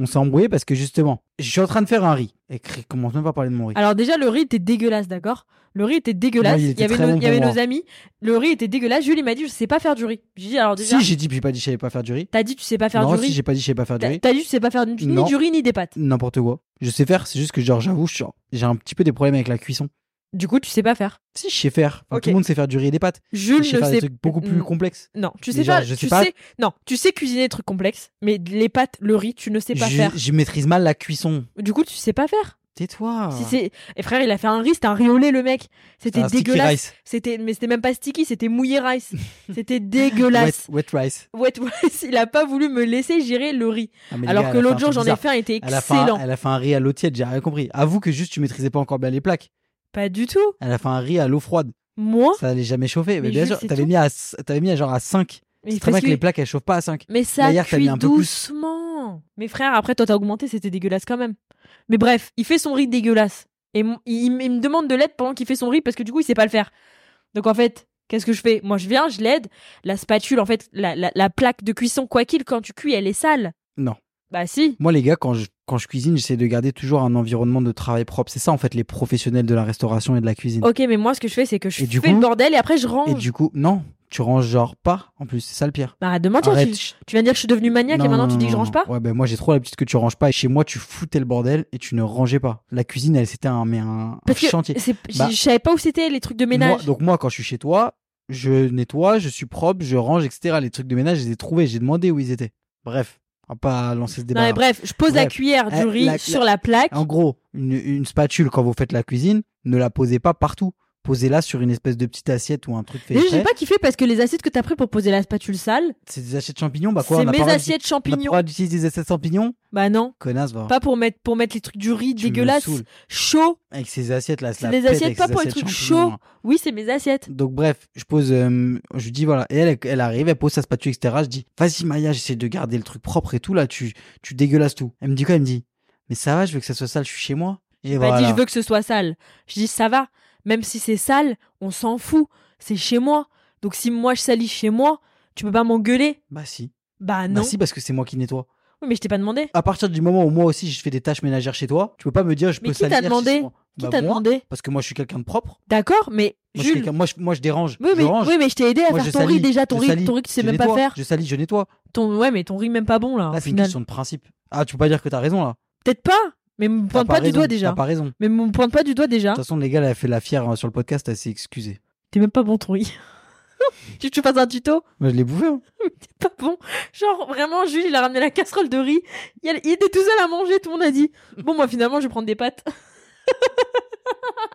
Speaker 3: On s'est embrouillé parce que justement, je suis en train de faire un riz. Et cr- commence même pas à parler de mon riz.
Speaker 2: Alors déjà, le riz était dégueulasse, d'accord Le riz était dégueulasse.
Speaker 3: Moi, il
Speaker 2: il,
Speaker 3: était
Speaker 2: y avait,
Speaker 3: très
Speaker 2: nos,
Speaker 3: bon
Speaker 2: il y avait
Speaker 3: pour moi.
Speaker 2: nos amis. Le riz était dégueulasse. Julie m'a dit, je sais pas faire du riz. J'ai dit, alors déjà,
Speaker 3: si j'ai dit, puis j'ai pas dit, je savais pas faire du riz.
Speaker 2: t'as dit, tu sais pas faire
Speaker 3: non,
Speaker 2: du
Speaker 3: si
Speaker 2: riz.
Speaker 3: j'ai pas dit, je savais pas faire du
Speaker 2: T'as
Speaker 3: riz.
Speaker 2: t'as dit, tu sais pas faire ni, ni
Speaker 3: Non.
Speaker 2: du riz ni des pâtes.
Speaker 3: N'importe quoi. Je sais faire, c'est juste que genre, j'avoue, je suis- j'ai un petit peu des problèmes avec la cuisson.
Speaker 2: Du coup, tu sais pas faire.
Speaker 3: Si, je sais faire. Enfin,
Speaker 2: Ok.
Speaker 3: Tout le monde sait faire du riz et des pâtes.
Speaker 2: Jules
Speaker 3: je sais
Speaker 2: ne
Speaker 3: faire
Speaker 2: sait
Speaker 3: des trucs beaucoup plus
Speaker 2: Mm.
Speaker 3: complexes.
Speaker 2: Non, tu sais
Speaker 3: Mais genre,
Speaker 2: pas.
Speaker 3: je sais
Speaker 2: tu
Speaker 3: pas-
Speaker 2: sais. Non, tu sais cuisiner des trucs complexes, mais les pâtes, le riz, tu ne sais pas
Speaker 3: je,
Speaker 2: faire.
Speaker 3: je maîtrise mal la cuisson.
Speaker 2: Du coup, tu sais pas faire.
Speaker 3: Tais-toi.
Speaker 2: Si c'est et frère, il a fait un riz, c'était un riz au lait, le mec. C'était
Speaker 3: Ah. Un sticky
Speaker 2: dégueulasse.
Speaker 3: rice.
Speaker 2: C'était mais c'était même pas sticky, c'était mouillé rice. c'était dégueulasse.
Speaker 3: Wet, wet rice.
Speaker 2: Ouais, ouais, il a pas voulu me laisser gérer le riz.
Speaker 3: Ah, mais les
Speaker 2: Alors
Speaker 3: gars,
Speaker 2: que
Speaker 3: elle a fait
Speaker 2: l'autre
Speaker 3: un
Speaker 2: jour,
Speaker 3: truc
Speaker 2: j'en ai
Speaker 3: bizarre.
Speaker 2: fait un, il était
Speaker 3: Elle a, fait un,
Speaker 2: excellent.
Speaker 3: elle a fait un riz à l'eau tiède, j'ai rien compris. Avoue que juste tu maîtrisais pas encore bien les plaques.
Speaker 2: Pas du tout.
Speaker 3: Elle a fait un riz à l'eau froide.
Speaker 2: Moi,
Speaker 3: Ça allait jamais chauffer. Mais,
Speaker 2: Mais
Speaker 3: bien
Speaker 2: Jules,
Speaker 3: sûr,
Speaker 2: c'est
Speaker 3: t'avais
Speaker 2: tout.
Speaker 3: mis, à, s- t'avais mis à genre à 5.
Speaker 2: mais
Speaker 3: C'est très bien
Speaker 2: parce
Speaker 3: que
Speaker 2: que-
Speaker 3: les plaques elles chauffent pas à 5.
Speaker 2: Mais ça
Speaker 3: D'ailleurs, t'as mis
Speaker 2: cuit
Speaker 3: un peu plus.
Speaker 2: doucement. Mais frère, après toi t'as augmenté, c'était dégueulasse quand même. Mais bref, il fait son riz dégueulasse. Et mon- il, il me- il me demande de l'aide pendant qu'il fait son riz parce que du coup il sait pas le faire. Donc en fait, qu'est-ce que je fais Moi je viens, je l'aide. La spatule, en fait, la, la- la plaque de cuisson, quoi qu'il, quand tu cuis, elle est sale.
Speaker 3: Non.
Speaker 2: Bah si.
Speaker 3: Moi, les gars, quand je, quand je cuisine, j'essaie de garder toujours un environnement de travail propre. C'est ça, en fait, les professionnels de la restauration et de la cuisine.
Speaker 2: Ok, mais moi ce que je fais c'est que je
Speaker 3: Et du
Speaker 2: fais
Speaker 3: coup-
Speaker 2: le bordel et après je range.
Speaker 3: Et du coup, non, tu ranges genre pas. En plus, c'est ça le pire.
Speaker 2: Bah de mentir,
Speaker 3: Arrête.
Speaker 2: tu, tu viens de dire que je suis devenue maniaque et
Speaker 3: Non,
Speaker 2: maintenant
Speaker 3: non,
Speaker 2: tu dis que je
Speaker 3: non,
Speaker 2: range
Speaker 3: non.
Speaker 2: pas
Speaker 3: Ouais, ben moi j'ai trop l'habitude que tu ranges pas. Et chez moi, tu foutais le bordel et tu ne rangeais pas. La cuisine, elle, c'était un, mais un, un
Speaker 2: Parce que
Speaker 3: chantier.
Speaker 2: c'est- j-
Speaker 3: Bah.
Speaker 2: je savais pas où c'était les trucs de
Speaker 3: Moi-
Speaker 2: ménage.
Speaker 3: donc moi, quand je suis chez toi, je nettoie, je suis propre, je range, etc. Les trucs de ménage, je les ai trouvés, j'ai demandé où ils étaient. Bref, on va pas lancer ce débat.
Speaker 2: non mais bref, je pose la
Speaker 3: Bref.
Speaker 2: cuillère
Speaker 3: Eh,
Speaker 2: du riz
Speaker 3: la- la-
Speaker 2: sur la plaque.
Speaker 3: En gros, une, une spatule, quand vous faites la cuisine, ne la posez pas partout. Posez-la sur une espèce de petite assiette ou un truc fait
Speaker 2: Déjà, j'ai
Speaker 3: exprès.
Speaker 2: pas kiffé parce que les assiettes que t'as pris pour poser la spatule sale,
Speaker 3: C'est des assiettes champignons, bah quoi
Speaker 2: c'est
Speaker 3: on a
Speaker 2: mes
Speaker 3: pas le droit
Speaker 2: assiettes
Speaker 3: d'uti- On a pas le
Speaker 2: champignons.
Speaker 3: droit d'utiliser des assiettes champignons
Speaker 2: Bah non,
Speaker 3: Connasse, va.
Speaker 2: pas pour mettre pour mettre les trucs du riz
Speaker 3: Tu me
Speaker 2: dégueulasse,
Speaker 3: saoules.
Speaker 2: chaud.
Speaker 3: Avec ces assiettes là,
Speaker 2: C'est des assiettes pas pour les trucs chauds. Oui, c'est mes assiettes.
Speaker 3: hein. Donc bref, je pose, euh, je lui dis voilà, et elle, elle arrive, elle pose sa spatule, etc. Je dis vas-y Maya, j'essaie de garder le truc propre et tout là, tu, tu dégueulasses tout. Elle me dit quoi Elle me dit mais ça va, je veux que ça soit sale, je suis chez moi. Et
Speaker 2: J'ai Pas dit
Speaker 3: voilà.
Speaker 2: Bah je veux que ce soit sale. Je dis ça va, même si c'est sale, on s'en fout, c'est chez moi. Donc si moi je salis chez moi, tu peux pas m'engueuler.
Speaker 3: Bah si,
Speaker 2: Bah
Speaker 3: bah
Speaker 2: non.
Speaker 3: si parce que c'est moi qui nettoie.
Speaker 2: Oui, mais je t'ai pas demandé.
Speaker 3: À partir du moment où moi aussi je fais des tâches ménagères chez toi, tu peux pas me dire je
Speaker 2: Mais
Speaker 3: peux
Speaker 2: qui t'a
Speaker 3: salir chez
Speaker 2: demandé
Speaker 3: moi.
Speaker 2: Qui
Speaker 3: Bah,
Speaker 2: t'a
Speaker 3: moi,
Speaker 2: demandé
Speaker 3: Parce que moi je suis quelqu'un de propre.
Speaker 2: D'accord, mais
Speaker 3: Moi je, suis
Speaker 2: Jules.
Speaker 3: quelqu'un- moi, je, moi, je dérange.
Speaker 2: Oui
Speaker 3: je
Speaker 2: mais,
Speaker 3: range.
Speaker 2: oui, mais je t'ai aidé à
Speaker 3: Moi,
Speaker 2: faire
Speaker 3: je
Speaker 2: ton
Speaker 3: salis,
Speaker 2: riz déjà, ton
Speaker 3: je
Speaker 2: riz,
Speaker 3: salis,
Speaker 2: ton riz que tu sais
Speaker 3: je
Speaker 2: même pas
Speaker 3: nettoie,
Speaker 2: faire.
Speaker 3: Je salis, je nettoie.
Speaker 2: Ton ouais, mais ton riz même pas bon là. au
Speaker 3: Là, c'est une
Speaker 2: final.
Speaker 3: question de principe. Ah, tu peux pas dire que t'as raison là.
Speaker 2: Peut-être pas, mais me
Speaker 3: T'as
Speaker 2: pointe pas, du
Speaker 3: raison,
Speaker 2: doigt déjà. Hein
Speaker 3: T'as pas raison.
Speaker 2: Mais me pointe pas du doigt déjà.
Speaker 3: De toute façon, les gars, elle a fait la fière hein, sur le podcast, elle s'est excusée.
Speaker 2: T'es même pas bon ton riz. tu veux que je te fasses un tuto
Speaker 3: Moi, je l'ai bouffé. hein.
Speaker 2: T'es pas bon. Genre vraiment, Jules, il a ramené la casserole de riz. Il, a- il était tout seul à manger, tout le monde a dit. Bon, moi finalement, je vais prendre des pâtes.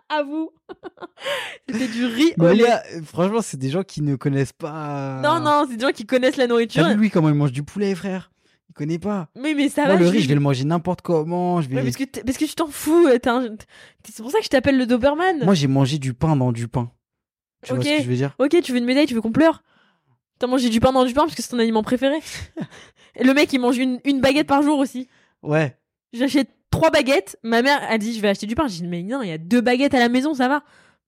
Speaker 2: à vous. C'était du riz au
Speaker 3: Mais
Speaker 2: lait.
Speaker 3: là, euh, franchement, c'est des gens qui ne connaissent pas.
Speaker 2: Bah,
Speaker 3: euh,
Speaker 2: Non, non, c'est des gens qui connaissent la nourriture.
Speaker 3: Ah. T'as vu lui comment il mange du poulet, frère Il connaît pas.
Speaker 2: Mais, mais ça
Speaker 3: Moi,
Speaker 2: va.
Speaker 3: le
Speaker 2: Ah Jules.
Speaker 3: riz, je vais le manger n'importe comment. Je vais...
Speaker 2: Ouais, parce, que t'es- parce que tu t'en fous. euh, t'es un- t'es- C'est pour ça que je t'appelle le Doberman.
Speaker 3: Moi, j'ai mangé du pain dans du pain. Tu
Speaker 2: Ok.
Speaker 3: vois ce que je veux dire
Speaker 2: Ok, tu veux une médaille, tu veux qu'on pleure T'as mangé du pain dans du pain parce que c'est ton aliment préféré. Et le mec, il mange une, une baguette par jour aussi.
Speaker 3: Ouais.
Speaker 2: J'achète trois baguettes. Ma mère a dit, je vais acheter du pain. J'ai dit, mais non, il y a deux baguettes à la maison, ça va.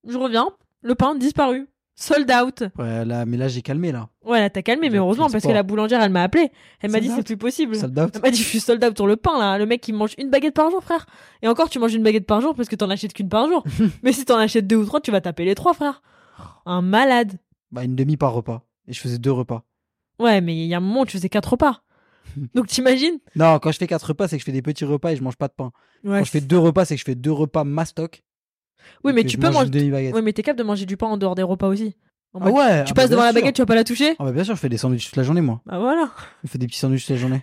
Speaker 2: Je reviens, le pain disparu. Sold out.
Speaker 3: ouais là, mais là, j'ai calmé là.
Speaker 2: Voilà, t'as calmé, mais
Speaker 3: J'ai
Speaker 2: heureusement,
Speaker 3: pris le
Speaker 2: parce que
Speaker 3: sport.
Speaker 2: la boulangère, elle m'a appelé. Elle m'a dit,
Speaker 3: Sold out.
Speaker 2: c'est plus possible.
Speaker 3: Sold out.
Speaker 2: Elle m'a dit, je suis sold out sur le pain, là. Le mec, qui mange une baguette par jour, frère. Et encore, tu manges une baguette par jour parce que t'en achètes qu'une par jour. mais si t'en achètes deux ou trois, tu vas taper les trois, frère. Un malade.
Speaker 3: Bah, une demi par repas. Et je faisais deux repas.
Speaker 2: Ouais, mais il y a un moment où tu faisais quatre repas. Donc t'imagines
Speaker 3: Non, quand je fais quatre repas, c'est que je fais des petits repas et je mange pas de pain.
Speaker 2: ouais,
Speaker 3: quand je fais deux repas, c'est que je fais deux repas mastoc.
Speaker 2: Oui,
Speaker 3: et
Speaker 2: mais
Speaker 3: que
Speaker 2: tu
Speaker 3: je
Speaker 2: peux
Speaker 3: mange
Speaker 2: manger.
Speaker 3: une demi-baguette.
Speaker 2: Oui, mais t'es capable de manger du pain en dehors des repas aussi. En
Speaker 3: Ah
Speaker 2: mode, Tu
Speaker 3: ouais ah bah,
Speaker 2: passes devant
Speaker 3: bien
Speaker 2: la
Speaker 3: sûr.
Speaker 2: baguette, tu vas pas la toucher
Speaker 3: Ah bah bien sûr, je fais des sandwichs toute la journée, moi.
Speaker 2: Bah voilà.
Speaker 3: Je fais des petits sandwichs toute la journée.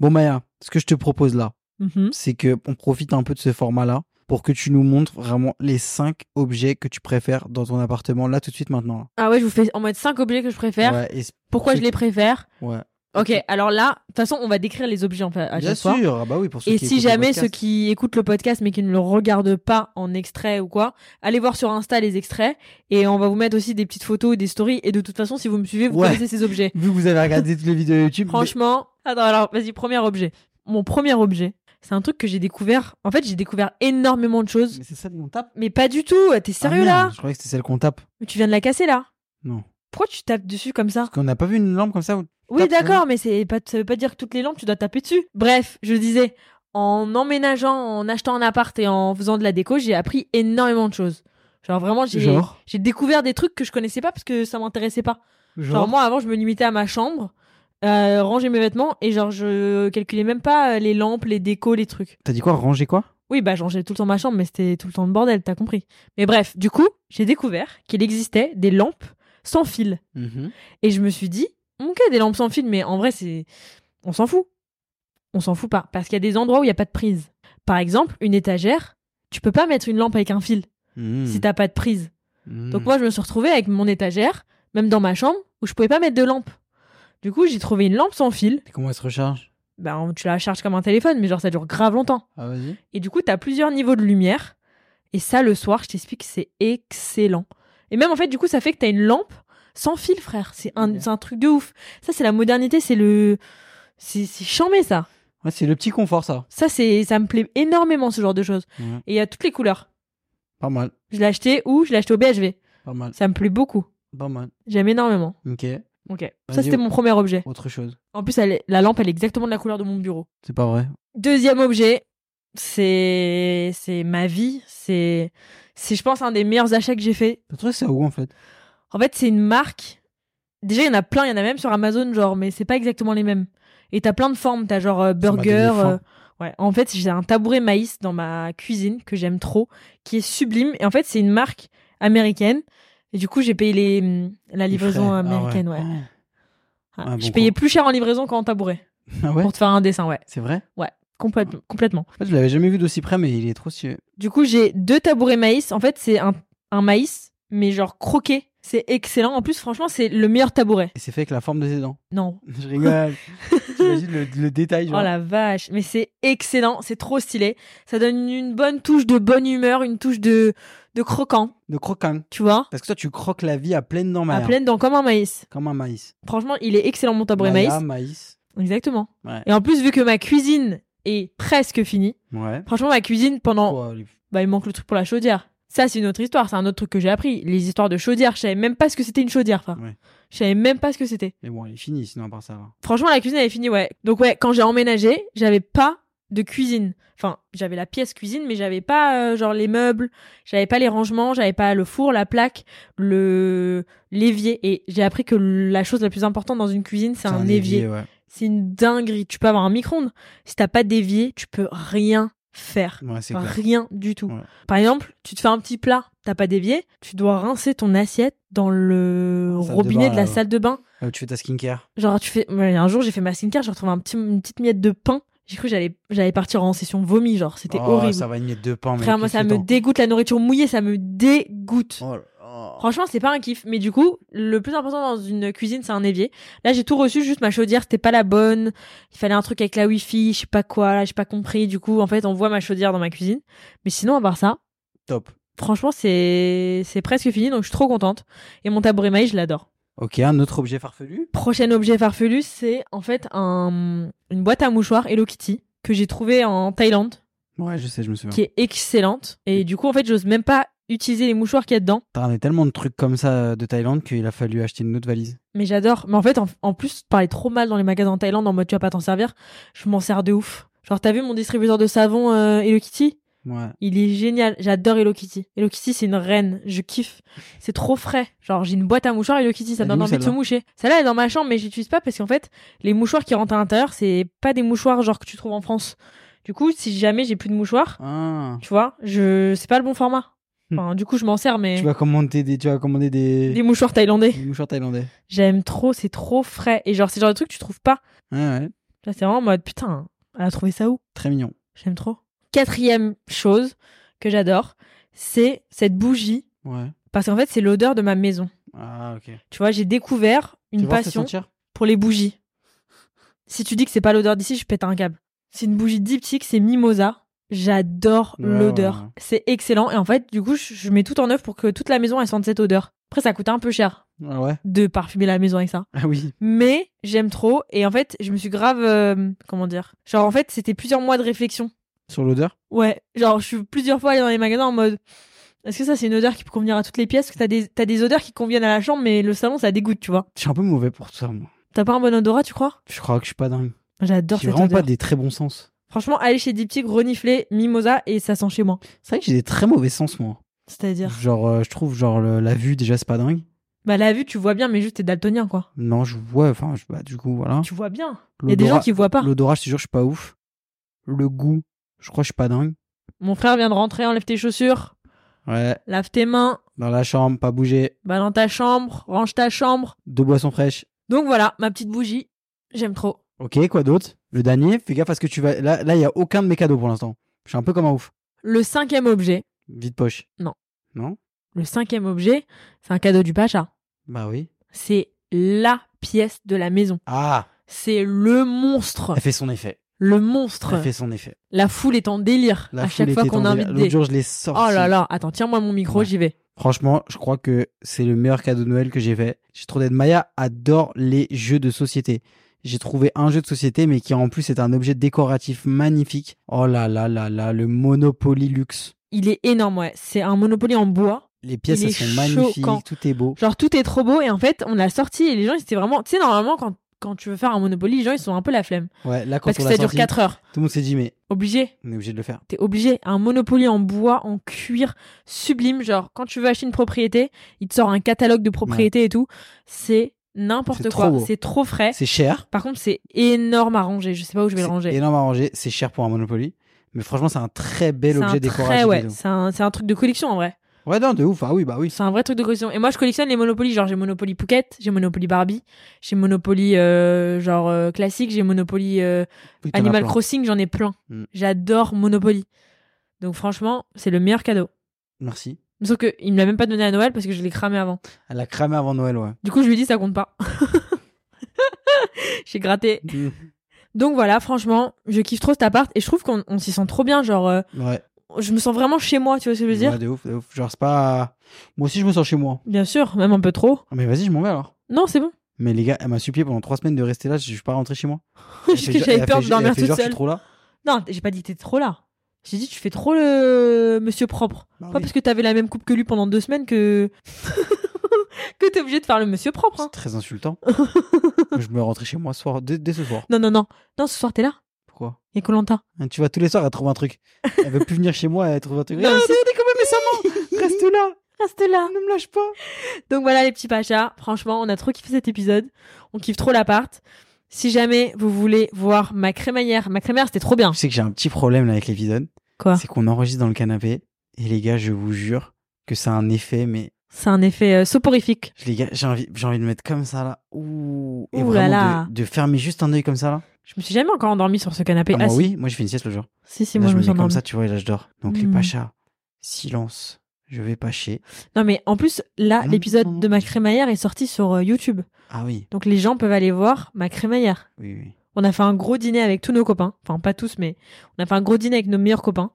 Speaker 3: bon, Maya, ce que je te propose là,
Speaker 2: Mhm.
Speaker 3: c'est que on profite un peu de ce format-là pour que tu nous montres vraiment les cinq objets que tu préfères dans ton appartement, là, tout de suite, maintenant.
Speaker 2: Ah ouais, je vous fais en mode 5 objets que je préfère.
Speaker 3: Ouais, et c'est-
Speaker 2: Pourquoi
Speaker 3: C'est-
Speaker 2: je les préfère
Speaker 3: ouais.
Speaker 2: Ok, alors là, de toute façon, on va décrire les objets en fait, à
Speaker 3: Bien
Speaker 2: chaque fois.
Speaker 3: sûr, ah bah oui, pour ceux
Speaker 2: Et
Speaker 3: qui
Speaker 2: si
Speaker 3: écoutent le
Speaker 2: jamais
Speaker 3: podcast.
Speaker 2: ceux qui écoutent le podcast mais qui ne le regardent pas en extrait ou quoi, allez voir sur Insta les extraits et on va vous mettre aussi des petites photos et des stories. Et de toute façon, si vous me suivez, vous
Speaker 3: Ouais.
Speaker 2: connaissez ces objets.
Speaker 3: Vu que vous avez regardé toutes les vidéos YouTube, mais-
Speaker 2: Franchement, attends, alors vas-y, premier objet. Mon premier objet, c'est un truc que j'ai découvert. En fait, j'ai découvert énormément de choses.
Speaker 3: Mais c'est celle qu'on tape
Speaker 2: Mais pas du tout. T'es sérieux
Speaker 3: Ah merde,
Speaker 2: là
Speaker 3: Je croyais que c'était celle qu'on tape.
Speaker 2: Mais tu viens de la casser là.
Speaker 3: Non.
Speaker 2: Pourquoi tu tapes dessus comme ça
Speaker 3: Parce qu'on n'a pas vu une lampe comme ça où
Speaker 2: Oui,
Speaker 3: Tape,
Speaker 2: d'accord, mais c'est pas, ça veut pas dire que toutes les lampes, tu dois taper dessus. Bref, je disais, en emménageant, en achetant un appart et en faisant de la déco, j'ai appris énormément de choses. Genre vraiment, j'ai
Speaker 3: Genre.
Speaker 2: j'ai découvert des trucs que je connaissais pas parce que ça m'intéressait pas. Genre,
Speaker 3: Genre.
Speaker 2: moi, avant, je me limitais à ma chambre, euh, ranger mes vêtements et genre, je calculais même pas euh, les lampes, les décos, les trucs.
Speaker 3: T'as dit quoi Ranger quoi
Speaker 2: Oui, bah, j'en tout le temps ma chambre, mais c'était tout le temps le bordel, t'as compris. Mais bref, du coup, j'ai découvert qu'il existait des lampes sans fil.
Speaker 3: Mhm.
Speaker 2: Et je me suis dit, ok, des lampes sans fil, mais en vrai, c'est. On s'en fout. On s'en fout pas. Parce qu'il y a des endroits où il n'y a pas de prise. Par exemple, une étagère, tu peux pas mettre une lampe avec un fil
Speaker 3: Mhm.
Speaker 2: si t'as pas de prise.
Speaker 3: Mhm.
Speaker 2: Donc moi, je me suis retrouvée avec mon étagère, même dans ma chambre, où je pouvais pas mettre de lampe. Du coup, j'ai trouvé une lampe sans fil.
Speaker 3: Et Comment elle se recharge
Speaker 2: Ben, tu la charges comme un téléphone, mais genre, ça dure grave longtemps.
Speaker 3: Ah, vas-y.
Speaker 2: Et du coup, t'as plusieurs niveaux de lumière. Et ça, le soir, je t'explique, c'est excellent. Et même en fait, du coup, ça fait que t'as une lampe sans fil, frère. C'est un,
Speaker 3: Ok.
Speaker 2: c'est un truc de ouf. Ça, c'est la modernité, c'est le. C'est c'est chambé, ça.
Speaker 3: Ouais, c'est le petit confort, ça.
Speaker 2: Ça, c'est ça me plaît énormément, ce genre de choses.
Speaker 3: Ouais.
Speaker 2: Et il y a toutes les couleurs.
Speaker 3: Pas mal.
Speaker 2: Je l'ai acheté où Je l'ai acheté au BHV.
Speaker 3: Pas mal.
Speaker 2: Ça me plaît beaucoup.
Speaker 3: Pas mal.
Speaker 2: J'aime énormément.
Speaker 3: Ok.
Speaker 2: Ok. Ça,
Speaker 3: Vas-y.
Speaker 2: c'était mon premier objet.
Speaker 3: Autre chose.
Speaker 2: En plus, elle est- la lampe, elle est exactement de la couleur de mon bureau.
Speaker 3: C'est pas vrai.
Speaker 2: Deuxième objet, c'est c'est ma vie. C'est, c'est, je pense, un des meilleurs achats que j'ai fait.
Speaker 3: Le truc, c'est où en fait
Speaker 2: En fait, c'est une marque. Déjà, il y en a plein, il y en a même sur Amazon, genre, mais c'est pas exactement les mêmes. Et t'as plein de formes, t'as genre euh,
Speaker 3: m'a donné
Speaker 2: burger.
Speaker 3: faim.
Speaker 2: euh, ouais, en fait, j'ai un tabouret maïs dans ma cuisine que j'aime trop, qui est sublime. Et en fait, c'est une marque américaine. Et du coup, j'ai payé les, hum, la livraison
Speaker 3: Les frais. Ah
Speaker 2: américaine, ouais.
Speaker 3: Ah,
Speaker 2: Ouais,
Speaker 3: bon
Speaker 2: je payais
Speaker 3: coup.
Speaker 2: plus cher en livraison qu'en tabouret
Speaker 3: Ah ouais
Speaker 2: pour te faire un dessin, ouais.
Speaker 3: C'est vrai
Speaker 2: Complètement. complètement.
Speaker 3: En fait, je l'avais jamais vu d'aussi près, mais il est trop stylé.
Speaker 2: Du coup, j'ai deux tabourets maïs. En fait, c'est un, un maïs, mais genre croqué. C'est excellent. En plus, franchement, c'est le meilleur tabouret.
Speaker 3: Et c'est fait avec la forme de ses dents.
Speaker 2: Non.
Speaker 3: Je rigole. T'imagines le, le détail, genre.
Speaker 2: Oh la vache. Mais c'est excellent. C'est trop stylé. Ça donne une bonne touche de bonne humeur, une touche de, de croquant.
Speaker 3: De croquant.
Speaker 2: Tu vois
Speaker 3: Parce que toi, tu croques la vie à pleine dents,
Speaker 2: À
Speaker 3: Maya.
Speaker 2: pleine dent, comme un maïs.
Speaker 3: Comme un maïs.
Speaker 2: Franchement, il est excellent, mon tabouret
Speaker 3: Maya,
Speaker 2: maïs.
Speaker 3: maïs.
Speaker 2: Exactement.
Speaker 3: Ouais.
Speaker 2: Et en plus, vu que ma cuisine est presque finie,
Speaker 3: Ouais.
Speaker 2: franchement, ma cuisine, pendant
Speaker 3: Quoi, les-
Speaker 2: bah il manque le truc pour la chaudière. Ça c'est une autre histoire, c'est un autre truc que j'ai appris. Les histoires de chaudière, je savais même pas ce que c'était une chaudière. Enfin,
Speaker 3: Ouais.
Speaker 2: je savais même pas ce que c'était.
Speaker 3: Mais bon, elle est finie, sinon, à part ça. hein. va.
Speaker 2: Franchement, la cuisine elle est finie, ouais. Donc ouais, quand j'ai emménagé, j'avais pas de cuisine. Enfin, j'avais la pièce cuisine, mais j'avais pas euh, genre les meubles, j'avais pas les rangements, j'avais pas le four, la plaque, le l'évier. Et j'ai appris que la chose la plus importante dans une cuisine, c'est un, évier.
Speaker 3: ouais.
Speaker 2: C'est une dinguerie. Tu peux avoir un micro-ondes, si t'as pas d'évier, tu peux rien faire.
Speaker 3: Ouais, c'est clair.
Speaker 2: Rien du tout.
Speaker 3: Ouais.
Speaker 2: Par exemple, tu te fais un petit plat, t'as pas d'évier, tu dois rincer ton assiette dans le
Speaker 3: La salle de
Speaker 2: robinet
Speaker 3: bain,
Speaker 2: de, la
Speaker 3: là, ouais.
Speaker 2: salle de bain.
Speaker 3: Euh, tu fais ta skincare.
Speaker 2: Genre, tu fais. ouais, un jour, j'ai fait ma skincare, j'ai retrouvé un petit, une petite miette de pain. J'ai cru que j'allais, j'allais partir en session vomi, genre, c'était
Speaker 3: Oh,
Speaker 2: horrible.
Speaker 3: Ça va une miette de pain, mais
Speaker 2: Frère, moi,
Speaker 3: qu'est-ce
Speaker 2: ça
Speaker 3: que
Speaker 2: me
Speaker 3: t'en-
Speaker 2: dégoûte, la nourriture mouillée, ça me dégoûte.
Speaker 3: Oh là là.
Speaker 2: Franchement, c'est pas un kiff. Mais du coup, le plus important dans une cuisine, c'est un évier. Là, j'ai tout reçu, juste ma chaudière, c'était pas la bonne. Il fallait un truc avec la wifi, je sais pas quoi, là, j'ai pas compris. Du coup, en fait, on voit ma chaudière dans ma cuisine. Mais sinon, à part ça,
Speaker 3: Top.
Speaker 2: franchement, c'est c'est presque fini, donc je suis trop contente. Et mon tabouret maïs, je l'adore.
Speaker 3: Ok, un autre objet farfelu.
Speaker 2: Prochain objet farfelu, c'est en fait un... une boîte à mouchoirs Hello Kitty que j'ai trouvée en Thaïlande,
Speaker 3: Ouais, je sais, je me souviens.
Speaker 2: qui est excellente. Et du coup, en fait, j'ose même pas utiliser les mouchoirs qu'il y a dedans.
Speaker 3: T'as ramené tellement de trucs comme ça euh, de Thaïlande qu'il a fallu acheter une autre valise.
Speaker 2: Mais j'adore. Mais en fait, en, en plus, je parlais trop mal dans les magasins en Thaïlande en mode tu vas pas t'en servir. Je m'en sers de ouf. Genre, t'as vu mon distributeur de savon euh, Hello Kitty
Speaker 3: Ouais.
Speaker 2: Il est génial. J'adore Hello Kitty. Hello Kitty, c'est une reine. Je kiffe. C'est trop frais. Genre, j'ai une boîte à mouchoirs Hello Kitty. Ça
Speaker 3: Elle est
Speaker 2: donne
Speaker 3: où,
Speaker 2: envie de se
Speaker 3: celle-là
Speaker 2: moucher. Celle-là, elle est dans ma chambre, mais j'utilise pas parce qu'en fait, les mouchoirs qui rentrent à l'intérieur, c'est pas des mouchoirs genre que tu trouves en France. Du coup, si jamais j'ai plus de mouchoirs,
Speaker 3: Ah.
Speaker 2: tu vois, je c'est pas le bon format.
Speaker 3: Hmm.
Speaker 2: Enfin, du coup, je m'en sers, mais
Speaker 3: Tu vas commander des, tu vas commander des,
Speaker 2: des mouchoirs thaïlandais.
Speaker 3: des mouchoirs thaïlandais.
Speaker 2: J'aime trop. C'est trop frais. Et genre, c'est le genre de truc que tu trouves pas.
Speaker 3: Ouais, ouais.
Speaker 2: Là, c'est vraiment en mode putain, elle a trouvé ça où
Speaker 3: Très mignon.
Speaker 2: J'aime trop. Quatrième chose que j'adore, c'est cette bougie.
Speaker 3: Ouais.
Speaker 2: Parce qu'en fait, c'est l'odeur de ma maison.
Speaker 3: Ah, ok.
Speaker 2: Tu vois, j'ai découvert une
Speaker 3: tu vas te
Speaker 2: passion
Speaker 3: sentir
Speaker 2: pour les bougies. Si tu dis que c'est pas l'odeur d'ici, je pète un câble. C'est une bougie diptyque, c'est mimosa. J'adore
Speaker 3: Ouais,
Speaker 2: l'odeur.
Speaker 3: ouais, ouais.
Speaker 2: C'est excellent. Et en fait, du coup, je, je mets tout en œuvre pour que toute la maison elle sente cette odeur. Après, ça coûte un peu cher
Speaker 3: Ah ouais.
Speaker 2: de parfumer la maison avec ça.
Speaker 3: Ah oui.
Speaker 2: Mais j'aime trop. Et en fait, je me suis grave. euh, comment dire Genre, en fait, c'était plusieurs mois de réflexion.
Speaker 3: Sur l'odeur.
Speaker 2: Ouais. Genre, je suis plusieurs fois allée dans les magasins en mode. Est-ce que ça, c'est une odeur qui peut convenir à toutes les pièces Parce que t'as des, t'as des odeurs qui conviennent à la chambre, mais le salon, ça dégoûte, tu vois.
Speaker 3: Je suis un peu mauvais pour ça, moi.
Speaker 2: T'as pas un bon odorat, tu crois
Speaker 3: Je crois que je suis pas dingue.
Speaker 2: J'adore
Speaker 3: J'ai
Speaker 2: cette
Speaker 3: vraiment
Speaker 2: odeur.
Speaker 3: pas des très bons sens.
Speaker 2: Franchement, aller chez Diptyque, renifler, mimosa, et ça sent chez moi.
Speaker 3: C'est vrai que j'ai des très mauvais sens, moi.
Speaker 2: C'est-à-dire.
Speaker 3: Genre, euh, je trouve, genre, le- la vue, déjà, c'est pas dingue.
Speaker 2: Bah, la vue, tu vois bien, mais juste t'es daltonien, quoi.
Speaker 3: Non, je vois, enfin, je- bah, du coup, voilà.
Speaker 2: Tu vois bien. Il y a des gens
Speaker 3: L'odorat-
Speaker 2: qui voient pas.
Speaker 3: L'odorat, je te jure, je suis pas ouf. Le goût, je crois que je suis pas dingue.
Speaker 2: Mon frère vient de rentrer, enlève tes chaussures,
Speaker 3: Ouais,
Speaker 2: lave tes mains,
Speaker 3: dans la chambre, pas bouger.
Speaker 2: va dans ta chambre, range ta chambre.
Speaker 3: Deux boissons fraîches.
Speaker 2: Donc voilà, ma petite bougie. J'aime trop.
Speaker 3: Ok, quoi d'autre Le dernier, fais gaffe parce que tu vas. Là, là, il y a aucun de mes cadeaux pour l'instant. Je suis un peu comme un ouf.
Speaker 2: Le cinquième objet.
Speaker 3: Vite poche.
Speaker 2: Non.
Speaker 3: Non
Speaker 2: Le cinquième objet, c'est un cadeau du Pacha.
Speaker 3: Bah oui.
Speaker 2: C'est la pièce de la maison.
Speaker 3: Ah
Speaker 2: C'est le monstre.
Speaker 3: Elle fait son effet.
Speaker 2: Le monstre.
Speaker 3: Elle fait son effet.
Speaker 2: La foule est en délire
Speaker 3: La
Speaker 2: à
Speaker 3: foule
Speaker 2: chaque fois
Speaker 3: était
Speaker 2: qu'on
Speaker 3: en
Speaker 2: invite
Speaker 3: délire.
Speaker 2: des.
Speaker 3: L'autre jour, je l'ai sorti.
Speaker 2: Oh là là, attends, tiens-moi mon micro,
Speaker 3: Ouais.
Speaker 2: j'y vais.
Speaker 3: Franchement, je crois que c'est le meilleur cadeau de Noël que j'ai fait. J'ai trop d'aide. Maya adore les jeux de société. J'ai trouvé un jeu de société, mais qui en plus est un objet décoratif magnifique. Oh là là là là, le Monopoly Luxe.
Speaker 2: Il est énorme, ouais. C'est un Monopoly en bois.
Speaker 3: Les pièces,
Speaker 2: Il
Speaker 3: elles
Speaker 2: est
Speaker 3: sont magnifiques,
Speaker 2: choquant.
Speaker 3: tout est beau.
Speaker 2: Genre tout est trop beau et en fait, on l'a sorti et les gens ils étaient vraiment. Tu sais, normalement, quand, quand tu veux faire un Monopoly, les gens ils sont un peu la flemme.
Speaker 3: Ouais, là, quand
Speaker 2: Parce
Speaker 3: on
Speaker 2: que
Speaker 3: l'a
Speaker 2: ça dure
Speaker 3: sorti,
Speaker 2: 4 heures.
Speaker 3: tout le monde s'est dit, mais
Speaker 2: Obligé.
Speaker 3: on est obligé de le faire.
Speaker 2: T'es obligé. Un Monopoly en bois, en cuir, sublime. Genre, quand tu veux acheter une propriété, il te sort un catalogue de propriétés et tout. C'est
Speaker 3: C'est
Speaker 2: n'importe
Speaker 3: trop
Speaker 2: quoi.
Speaker 3: beau.
Speaker 2: C'est trop frais.
Speaker 3: C'est cher.
Speaker 2: Par contre, c'est énorme à ranger. Je sais pas où je vais le
Speaker 3: C'est
Speaker 2: ranger.
Speaker 3: énorme à ranger. C'est cher pour un Monopoly. Mais franchement, c'est un très
Speaker 2: C'est
Speaker 3: bel
Speaker 2: un
Speaker 3: objet décoratif.
Speaker 2: très,
Speaker 3: et
Speaker 2: ouais.
Speaker 3: tout.
Speaker 2: C'est un, c'est un truc de collection en vrai.
Speaker 3: ouais, non, de ouf. Ah oui, bah oui.
Speaker 2: C'est un vrai truc de collection. Et moi, je collectionne les Monopoly. Genre, j'ai Monopoly Pocket, j'ai Monopoly Barbie, j'ai Monopoly euh, genre euh, classique, j'ai Monopoly euh,
Speaker 3: Oui, t'en as
Speaker 2: Animal
Speaker 3: plein.
Speaker 2: Crossing. J'en ai plein.
Speaker 3: Mm.
Speaker 2: J'adore Monopoly. Donc, franchement, c'est le meilleur cadeau.
Speaker 3: Merci.
Speaker 2: Sauf qu'il me l'a même pas donné à Noël parce que je l'ai cramé avant.
Speaker 3: Elle a cramé avant Noël, ouais.
Speaker 2: Du coup, je lui dis ça compte pas. J'ai gratté.
Speaker 3: Mm.
Speaker 2: Donc voilà, franchement, je kiffe trop cet appart et je trouve qu'on on s'y sent trop bien. Genre, euh,
Speaker 3: Ouais.
Speaker 2: je me sens vraiment chez moi, tu vois ce que je veux dire
Speaker 3: Ouais, de ouf, de ouf. Genre, c'est pas. Moi aussi, je me sens chez moi.
Speaker 2: Bien sûr, même un peu trop.
Speaker 3: Ah, mais vas-y, je m'en vais alors.
Speaker 2: Non, c'est bon.
Speaker 3: Mais les gars, elle m'a supplié pendant trois semaines de rester là. Je suis pas rentré chez moi. Elle
Speaker 2: Parce
Speaker 3: fait
Speaker 2: que
Speaker 3: genre-
Speaker 2: j'avais
Speaker 3: elle
Speaker 2: peur
Speaker 3: fait-
Speaker 2: de
Speaker 3: elle
Speaker 2: dormir
Speaker 3: fait
Speaker 2: toute
Speaker 3: genre, Je
Speaker 2: seule.
Speaker 3: suis trop là.
Speaker 2: Non, j'ai pas dit t'es trop là. J'ai dit tu fais trop le monsieur propre.
Speaker 3: Bah
Speaker 2: pas
Speaker 3: oui.
Speaker 2: parce que t'avais la même coupe que lui pendant deux semaines que que t'es obligé de faire le monsieur propre. hein.
Speaker 3: C'est très insultant. je me rentrer chez moi ce soir, dès, dès ce soir.
Speaker 2: Non, non, non. Non, ce soir t'es là.
Speaker 3: Pourquoi
Speaker 2: Et Colanta.
Speaker 3: Hein, Tu vois, tous les soirs, elle trouve un truc. Elle veut plus venir chez moi, elle trouve un truc.
Speaker 2: Non,
Speaker 3: Regarde,
Speaker 2: mais c'est-
Speaker 3: regardez comment elle met sa main. Reste là.
Speaker 2: Reste là.
Speaker 3: Ne me lâche pas.
Speaker 2: Donc voilà les petits pachas, franchement, on a trop kiffé cet épisode. On kiffe trop l'appart. Si jamais vous voulez voir ma crémaillère, ma crémaillère c'était trop bien.
Speaker 3: Je sais que j'ai un petit problème là avec l'épisode.
Speaker 2: Quoi
Speaker 3: C'est qu'on enregistre dans le canapé. Et les gars, je vous jure que ça a un effet, mais
Speaker 2: C'est un effet euh, soporifique.
Speaker 3: je- les gars, j'ai envie, j'ai envie de mettre comme ça là. Ouh. Et
Speaker 2: Ouh là
Speaker 3: vraiment
Speaker 2: là.
Speaker 3: De, de fermer juste un œil comme ça là.
Speaker 2: Je me suis jamais encore endormie sur ce canapé.
Speaker 3: Ah, moi
Speaker 2: si.
Speaker 3: oui, moi je fais une sieste le jour.
Speaker 2: Si si,
Speaker 3: Là,
Speaker 2: moi
Speaker 3: je
Speaker 2: je me
Speaker 3: mets
Speaker 2: suis
Speaker 3: comme
Speaker 2: endormie.
Speaker 3: ça, tu vois, et là je dors. Donc les
Speaker 2: Mm.
Speaker 3: pachas, silence. Je vais pacher.
Speaker 2: Non mais en plus là,
Speaker 3: Ah non, non,
Speaker 2: l'épisode de
Speaker 3: non.
Speaker 2: ma crémaillère est sorti sur euh, YouTube.
Speaker 3: Ah oui,
Speaker 2: Donc les gens peuvent aller voir ma crémaillère.
Speaker 3: oui, oui.
Speaker 2: On a fait un gros dîner avec tous nos copains, enfin pas tous mais on a fait un gros dîner avec nos meilleurs copains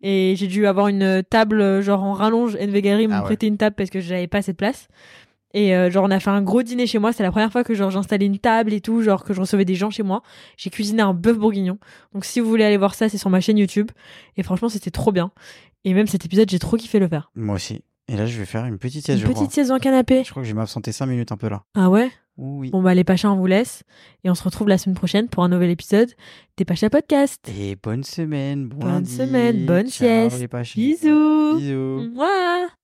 Speaker 2: et j'ai dû avoir une euh, table euh, genre en rallonge. Envegari m'a
Speaker 3: Ah ouais.
Speaker 2: prêté une table parce que j'avais pas assez de place. Et euh, genre on a fait un gros dîner chez moi, c'est la première fois que genre j'installais une table et tout, genre que je recevais des gens chez moi. J'ai cuisiné un bœuf bourguignon. Donc si vous voulez aller voir ça, c'est sur ma chaîne YouTube et franchement, c'était trop bien. Et même cet épisode, j'ai trop kiffé le faire.
Speaker 3: Moi aussi. Et là, je vais faire une petite sieste,
Speaker 2: Une
Speaker 3: je crois.
Speaker 2: petite sieste dans le canapé.
Speaker 3: Je crois que je vais m'absenter 5 minutes un peu là.
Speaker 2: Ah ouais.
Speaker 3: Oui.
Speaker 2: Bon bah les Pachas, on vous laisse et on se retrouve la semaine prochaine pour un nouvel épisode des Pachas Podcast.
Speaker 3: Et bonne semaine, bon
Speaker 2: Bonne
Speaker 3: lundi.
Speaker 2: semaine, bonne
Speaker 3: Ciao, les
Speaker 2: sieste.
Speaker 3: Pachas.
Speaker 2: Bisous.
Speaker 3: Bisous.
Speaker 2: Mouah.